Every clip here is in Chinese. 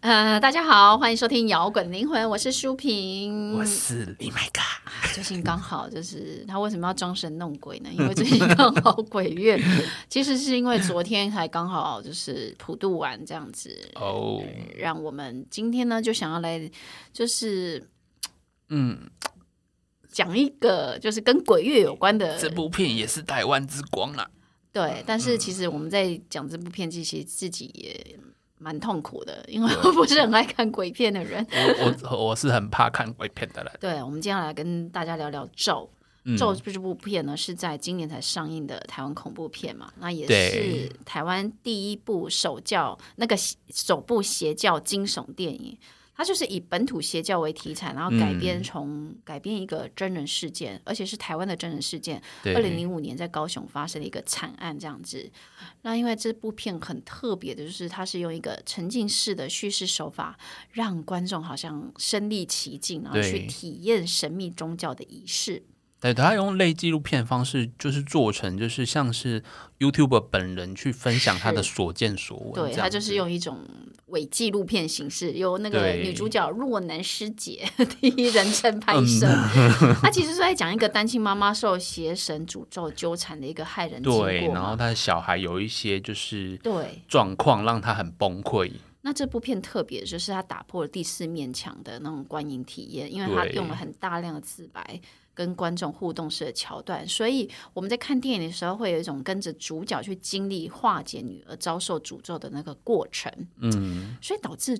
呃，大家好，欢迎收听《摇滚灵魂》，我是舒平。我是李麦嘎，最近刚好就是他为什么要装神弄鬼 呢？因为最近刚好鬼月，其实是因为昨天才刚好就是普渡完这样子，哦，让我们今天呢就想要来就是嗯，讲一个就是跟鬼月有关的这部嗯片也是台湾之光啊啦。对，但是其实我们在讲这部片，其实自己也蛮痛苦的，因为我不是很爱看鬼片的人。我我 我是很怕看鬼片的人，对，我们接下来跟大家聊聊《咒》。嗯《咒》这部片呢是在今年才上映的台湾恐怖片嘛，那也是对台湾第一部首教那个首部邪教惊悚电影。它就是以本土邪教为题材，然后改嗯编从、改编一个真人事件，而且是台湾的真人事件，对二零零五年在高雄发生了一个惨案，这样子。那因为这部片很特别的，就是它是用一个沉浸式的叙事手法，让观众好像身临其境，然后去对体验神秘宗教的仪式。对，他用类纪录片方式，就是做成就是像是 YouTuber 本人去分享他的是所见所闻这样对，子，它就是用一种伪纪录片形式，由那个对女主角若男师姐 第一人称拍嗯摄。 它其实是在讲一个单亲妈妈受邪神诅咒纠缠的一个害人经对，过然后嘛。他的小孩有一些就是对，状况让他很崩溃，那这部片特别就是它打破了第四面墙的那种观影体验，因为它对用了很大量的自白跟观众互动式的桥段，所以我们在看电影的时候会有一种跟着主角去经历化解女儿遭受诅咒的那个过程，嗯，所以导致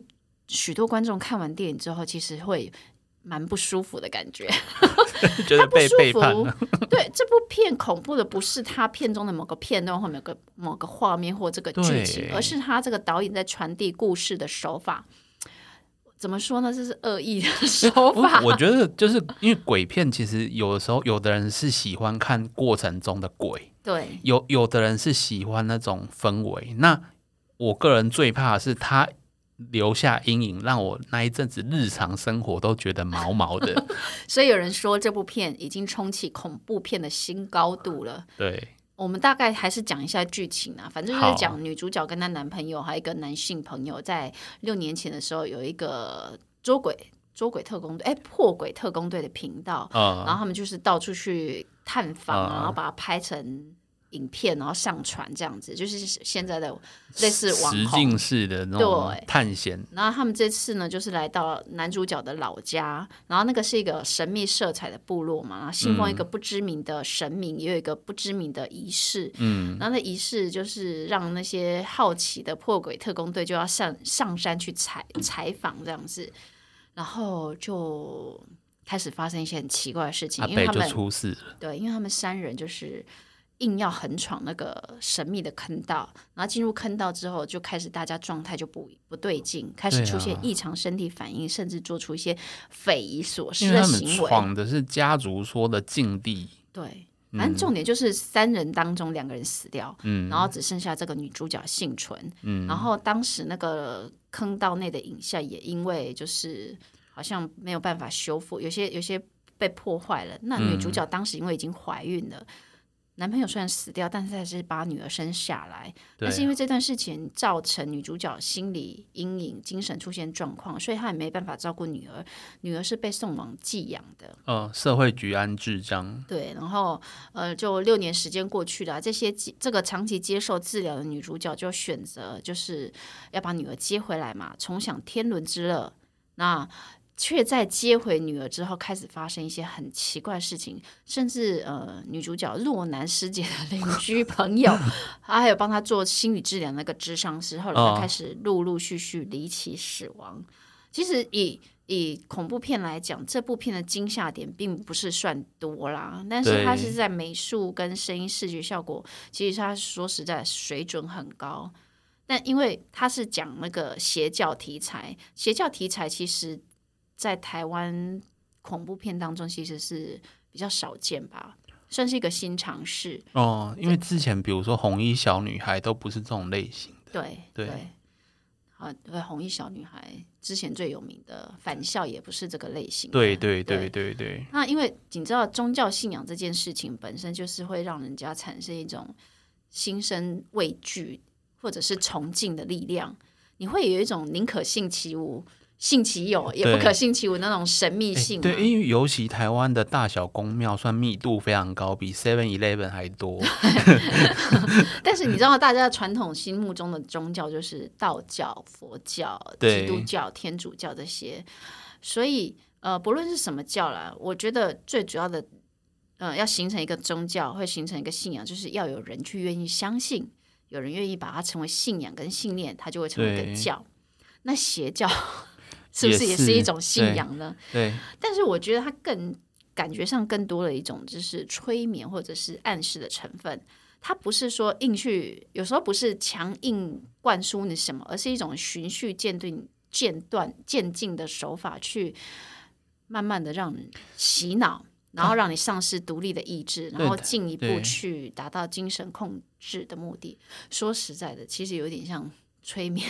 许多观众看完电影之后，其实会。蛮不舒服的感觉， 觉得被不舒背叛服了，。 对，这部片恐怖的不是他片中的某个片段或某个某个画面或这个剧情对，而是他这个导演在传递故事的手法。怎么说呢？这是恶意的手法 我。我觉得就是因为鬼片，其实有的时候有的人是喜欢看过程中的鬼，对有有的人是喜欢那种氛围，那我个人最怕的是他留下阴影，让我那一阵子日常生活都觉得毛 毛的。所以有人说这部片已经冲起恐怖片的新高度了。对，我们大概还是讲一下剧情啊，反正就好是讲女主角跟她男朋友还有一个男性朋友，在六年前的时候有一个捉鬼捉鬼特工队，哎，破鬼特工队的频道，然呃，后他们就是到处去探访，啊然后把它拍成影片，然后上传这样子，就是现在的类似网实红境。式的那种对探险，然嗯后他们这次呢，就是来到男主角的老家，然后那个是一个神秘色彩的部落嘛，然后信奉一个不知名的神明，也有一个不知名的仪式。嗯，然后那仪式就是让那些好奇的破鬼特工队就要上上山去采采访这样子，然后就开始发生一些很奇怪的事情，阿因为北他就们出事了。对，因为他们三人就是硬要横闯那个神秘的坑道，然后进入坑道之后，就开始大家状态就不不对劲，开始对出啊现异常身体反应，甚至做出一些匪夷所因思为的他们行为。闯的是家族说的禁地，对，反正重点就是三人当中两个人死掉，嗯然后只剩下这个女主角幸存。嗯，然后当时那个坑道内的影像也因为就是好像没有办法修复，有些有些被破坏了。那女嗯主角当时因为已经怀孕了，男朋友虽然死掉，但是还是把女儿生下来。但是因对，啊为这段事情造成女主角心理阴影、精神出现状况，所以她也没办法照顾女儿，女儿是被送往寄养的。呃，社会局安置这样，对，然后呃，就六年时间过去了啊，这些接这个长期接受治疗的女主角就选择就是要把女儿接回来嘛，重享天伦之乐。那却在接回女儿之后，开始发生一些很奇怪的事情，甚至呃，女主角若男师姐的邻居朋友，她还有帮她做心理治疗那个智商师，后来她哦开始陆陆续续离奇死亡。其实以以恐怖片来讲，这部片的惊吓点并不是算多啦，但是它对是在美术跟声音视觉效果，其实它说实在水准很高。但因为它是讲那个邪教题材，邪教题材其实在台湾恐怖片当中其实是比较少见吧，算是一个新尝试。哦、因为之前比如说红衣小女孩都不是这种类型的，对对好，对红衣小女孩之前最有名的返校也不是这个类型的。对对对对对，那因为你知道宗教信仰这件事情本身就是会让人家产生一种心生畏惧或者是崇敬的力量。你会有一种宁可信其无，信其有，也不对可信其无那种神秘诶性嘛。对，因为尤其台湾的大小公庙算密度非常高，比 Seven Eleven 还 多。但是你知道，大家传统心目中的宗教就是道教、佛教、对基督教、天主教这些，所以呃，不论是什么教啦，我觉得最主要的，呃，要形成一个宗教，会形成一个信仰，就是要有人去愿意相信，有人愿意把它成为信仰跟信念，它就会成为一对个教。那邪教 是不是也也是是一种信对仰呢？对，但是我觉得它更感觉上更多了一种就是催眠或者是暗示的成分。它不是说硬去，有时候不是强硬灌输你什么，而是一种循序渐进、渐断、渐进的手法，去慢慢的让你洗脑，然后让你丧失独立的意志，对然后它进一步对去达到精神控制的目的。说实在的，其实有点像催眠。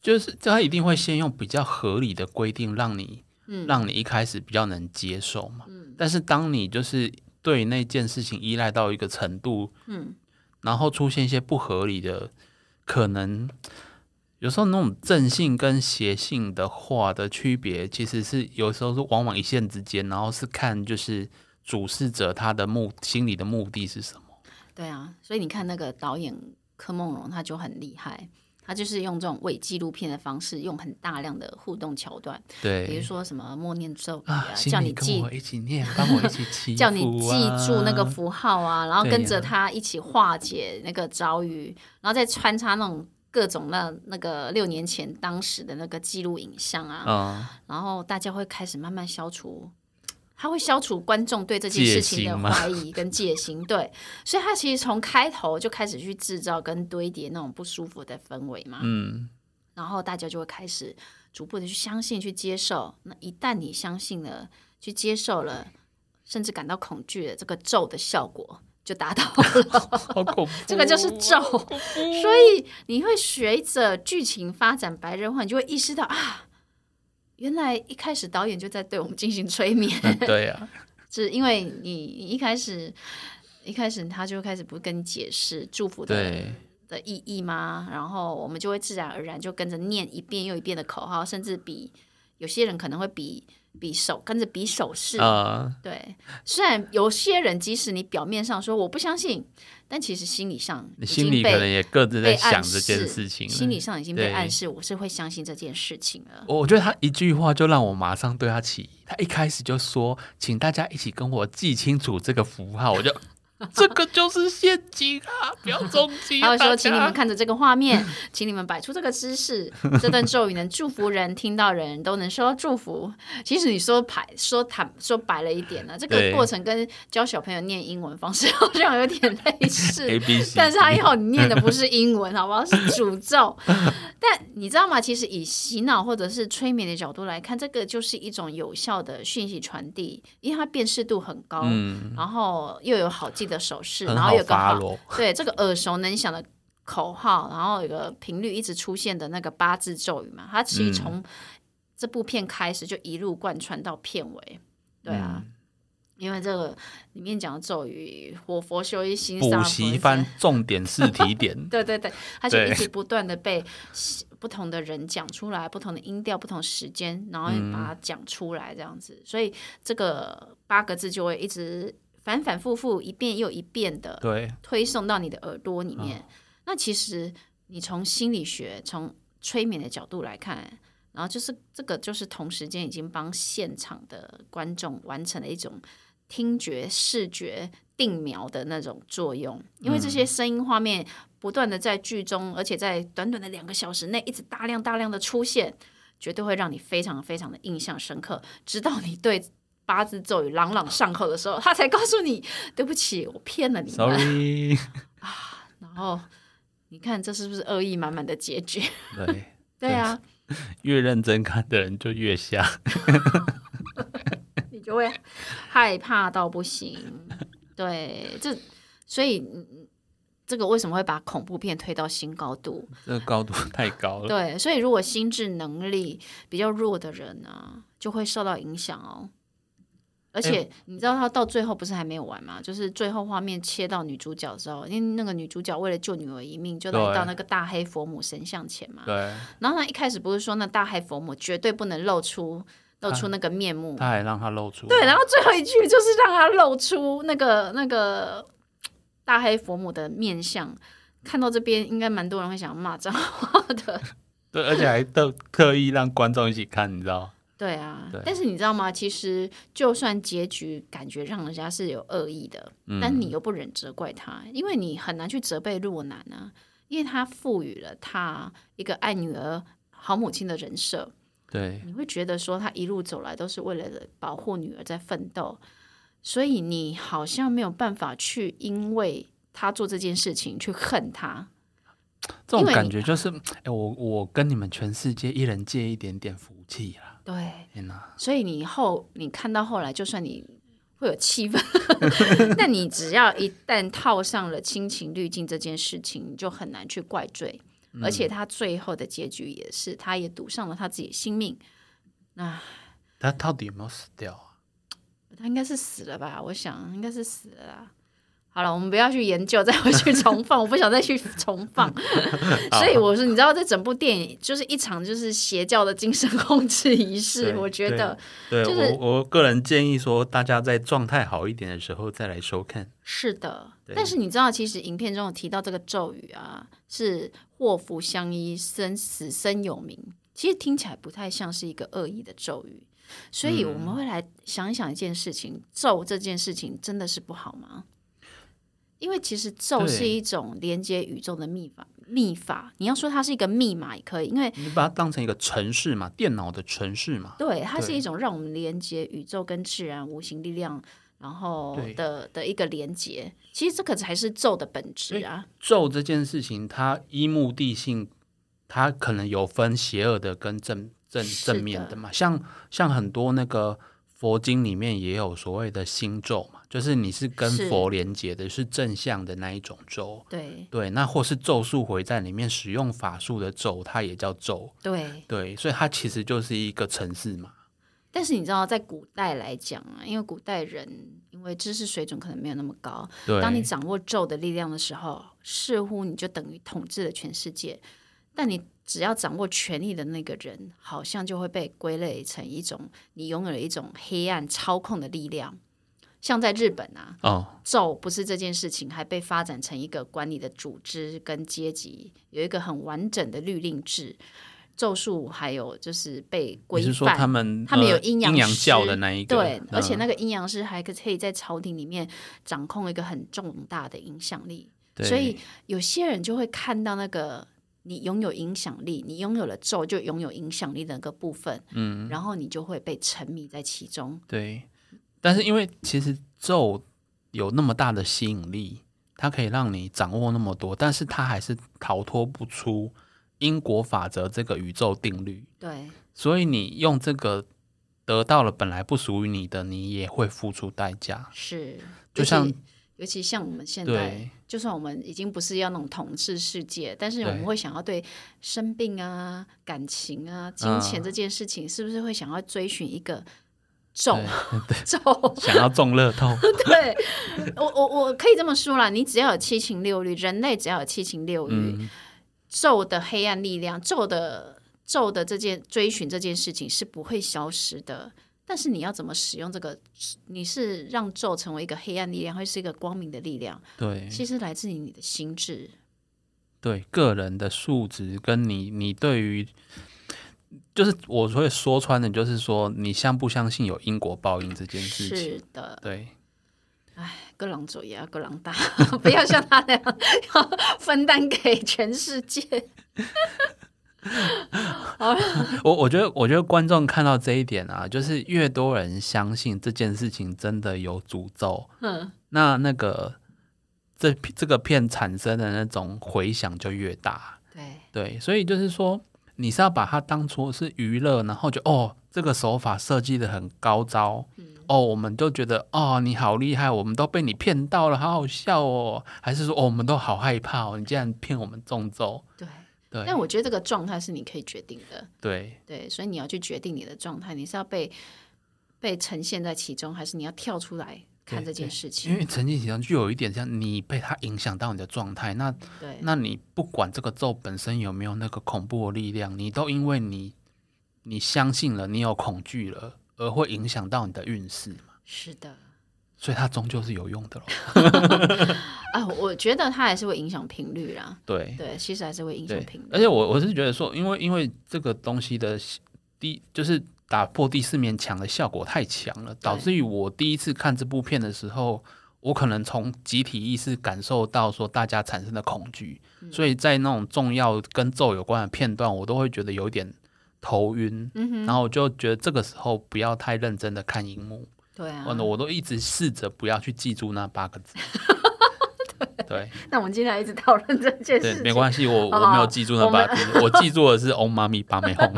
就是他一定会先用比较合理的规定让你，嗯让你一开始比较能接受嘛。但是当你就是对那件事情依赖到一个程度，嗯，然后出现一些不合理的，可能有时候那种正性跟邪性的话的区别，其实是有时候是往往一线之间，然后是看就是主事者他的目心里的目的是什么。对啊，所以你看那个导演柯梦荣，他就很厉害，他就是用这种伪纪录片的方式，用很大量的互动桥段，比如对说什么默念咒语啊，叫心里你跟记我一起念，帮我一起祈 叫你福记住那个啊符号啊，然后对跟着呀他一起化解那个遭遇，然后再穿插那种各种那那个六年前当时的那个记录影像啊，嗯，然后大家会开始慢慢消除，他会消除观众对这件戒事情的心吗怀疑跟戒心。对，所以他其实从开头就开始去制造跟堆叠那种不舒服的氛围嘛。嗯，然后大家就会开始逐步的去相信、去接受。那一旦你相信了、去接受了，甚至感到恐惧了，这个咒的效果就达到了。 好恐怖，哦这个就是 咒， 所以你会随着剧情发展白热化，你就会意识到啊，原来一开始导演就在对我们进行催眠，对啊， 是因为你你一开始一开始他就开始不跟你解释祝福的对的意义吗？然后我们就会自然而然就跟着念一遍又一遍的口号，甚至比有些人可能会比比手跟着比手势。啊、对，虽然有些人即使你表面上说我不相信，但其实心理上你已心经里被可能也各自在被想暗这示件事情了。心理上已经被对暗示我是会相信这件事情 了。我我觉得他一句话就让我马上对他起疑。他一开始就说：“请大家一起跟我记清楚这个符号。” 我就这个就是陷阱啊！不要中计还啊！有说，大请你们家。看着这个画面，请你们摆出这个姿势，这段咒语能祝福人，听到人都能收到祝福。其实你说白说坦说白了一点呢、这个对过程跟教小朋友念英文方式 好像有点类 A 似。 B C，但是他要你念的不是英 文，好不好？是诅咒。 但你知道吗？其实以洗脑或者是催眠的角度来看，这个就是一种有效的讯息传递，因为它辨识度很高，嗯，然后又有好记的手势，很然好后有个发好落，对，这个耳熟能详的口号，然后有个频率一直出现的那个八字咒语嘛，它嗯其实从这部片开始就一路贯穿到片尾。对啊，嗯因为这个里面讲的咒语“活佛修一心”，，补习班。重点试题点对对对，它就嗯对一直不断的被不同的人讲出来，不同的音调、不同时间，然后把它讲出来这样子，所以这个八个字就会一直反反复复一遍又一遍的对，推送到你的耳朵里面。那其实你从心理学、从催眠的角度来看，然后就是这个就是同时间已经帮现场的观众完成了一种听觉、视觉定苗的那种作用，因为这些声音画面不断的在剧中，而且在短短的两个小时内一直大量大量的出现。绝对会让你非常非常的印象深刻，直到你对八字咒语朗朗上口的时候，他才告诉你：“对不起，我骗了你们。” Sorry，然后你看这是不是恶意满满的结局？对，对啊，越认真看的人就越瞎，你就会害怕到不行。对，这所以嗯这个为什么会把恐怖片推到新高度？这个高度 太高了。对，所以如果啊心智能力比较弱的人呢、就会受到影响哦。而且你知道他到最后不是还没有完吗？就是最后画面切到女主角之后，因为那个女主角为了救女儿一命，就来到那个大黑佛母神像前嘛。对，啊然后他一开始不是说那大黑佛母绝对不能露出露出那个面目，他还让他露出，对，然后最后一句就是让他露出那个那个大黑佛母的面相。看到这边，应该蛮多人会想骂脏话的。对，而且还特特意让观众一起看，你知道？ 对啊，对但是你知道吗？其实就算结局感觉让人家是有恶意的，但你又不忍责怪他，因为你很难去责备若男啊，因为他赋予了他一个爱女儿、好母亲的人设。对，你会觉得说他一路走来都是为了保护女儿在奋斗，所以你好像没有办法去因为他做这件事情去恨他。这种因为感你觉就是，哎、我我跟你们全世界一人借一点点福气啦！对，天哪，所以你后你看到后来，就算你会有气 氛，那你只要一旦套上了亲情滤镜这件事情，你就很难去怪罪。而嗯且他最后的结局也是，他也赌上了他自己的性命。那他到底有没有死掉啊？他应该是死了吧？我想应该是死了啦。好了，我们不要去研究，再回去重放，我不想再去重放。所以我说，你知道，这整部电影就是一场就是邪教的精神控制仪式。对我觉得对、就是我，我个人建议说，大家在状态好一点的时候再来收看。是的，对但是你知道，其实影片中有提到这个咒语啊，是祸福相依，生死生有名。其实听起来不太像是一个恶意的咒语，所以我们嗯会来想一想一件事情：咒这件事情真的是不好吗？因为其实咒对是一种连接宇宙的秘法，秘法。你要说它是一个密码也可以，因为你把它当成一个城市嘛，电脑的城市嘛，对，它是对一种让我们连接宇宙跟自然无形力量，然后对的的一个连接。其实这个才是咒的本质啊。咒这件事情，它依目的性，它可能有分邪恶的跟正正是的正面的嘛。像像很多那个佛经里面也有所谓的心咒嘛，就是你是跟是佛连接的，是正向的那一种咒。对对，那或是咒术回战里面使用法术的咒，它也叫咒。对，对，所以它其实就是一个城市嘛。但是你知道，在古代来讲啊，因为古代人因为知识水准可能没有那么高，对，当你掌握咒的力量的时候，似乎你就等于统治了全世界。但你只要掌握权力的那个人，好像就会被归类成一种你拥有了一种黑暗操控的力量。像在日本啊，哦，咒不是这件事情，还被发展成一个管理的组织跟阶级，有一个很完整的律令制。咒术还有就是被规你范，是说他们他们有呃阴阴阳阳教师的那一个？对，而且嗯那个阴阳师还可以在朝廷里面掌控一个很重大的影响力，对所以有些人就会看到那个你拥有影响力，你拥有了咒就拥有影响力的那个部分，嗯，然后你就会被沉迷在其中。对，但是因为其实咒有那么大的吸引力，它可以让你掌握那么多，但是它还是逃脱不出因果法则这个宇宙定律。对，所以你用这个得到了本来不属于你的，你也会付出代价。是，就尤其像尤其像我们现在对，就算我们已经不是要那种统治世界，但是我对们会想要对生病啊、感情啊、嗯金钱这件事情，是不是会想要追寻一个咒？ 咒，想要中乐透， 对我我我可以这么说啦，你只要有七情六欲，人类只要有七情六欲，嗯，咒的黑暗力量，咒的咒的这件追寻这件事情是不会消失的。但是你要怎么使用这个？你是让咒成为一个黑暗力量，还是一个光明的力量？ 对其实来自于你的心智。对，个人的素质跟你你对于。就是我会说穿的，就是说你相不相信有因果报应这件事情，是的，对，各狼左也要各狼大， 不要像他那样要分担给全世界。 我我觉得，我觉得观众看到这一点啊，就是越多人相信这件事情真的有诅咒，嗯，那那个这这个片产生的那种回响就越大。对，对，所以就是说，你是要把它当做是娱乐，然后就哦，这个手法设计的很高招，哦，我们都觉得哦，你好厉害，我们都被你骗到了，好好笑哦，还是说哦，我们都好害怕哦，你竟然骗我们中咒，对。对但我觉得这个状态是你可以决定的，对对，所以你要去决定你的状态，你是要被被呈现在其中，还是你要跳出来看这件事因情？为沉浸其中就有一点像你被它影响到你的状态，那对那你不管这个咒本身有没有那个恐怖的力量，你都因为你你相信了，你有恐惧了，而会影响到你的运势嘛，是的。所以它终究是有用的咯。啊，我觉得它还是会影响频率啦。对对，其实还是会影响对频率。而且我我是觉得说，因为因为这个东西的第就是打破第四面墙的效果太强了，导致于我第一次看这部片的时候，我可能从集体意识感受到说大家产生的恐惧，嗯所以在那种重要跟咒有关的片段，我都会觉得有点头晕。嗯哼，然后我就觉得这个时候不要太认真的看荧幕，对啊。哦我、我都一直试着不要去记住那八 个字。对，那我们今天一直讨论这件事对，情，没关系，我好我好没有记住那我们八个字，我记住的是 “Om Mami 八美红”，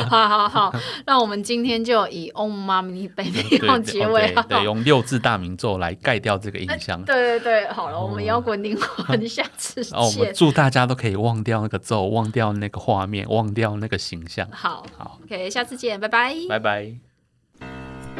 好好好，那我们今天就以 “On Mommy 对 Baby” 对哦用结尾对好对，用六字大明咒来盖掉这个印象。呃对对对，好了，我们摇滚 灵魂，下次然哦后我们见。祝大家都可以忘掉那个咒，忘掉那个画面，忘掉那个形象。好好，OK，下次见，拜拜。拜拜。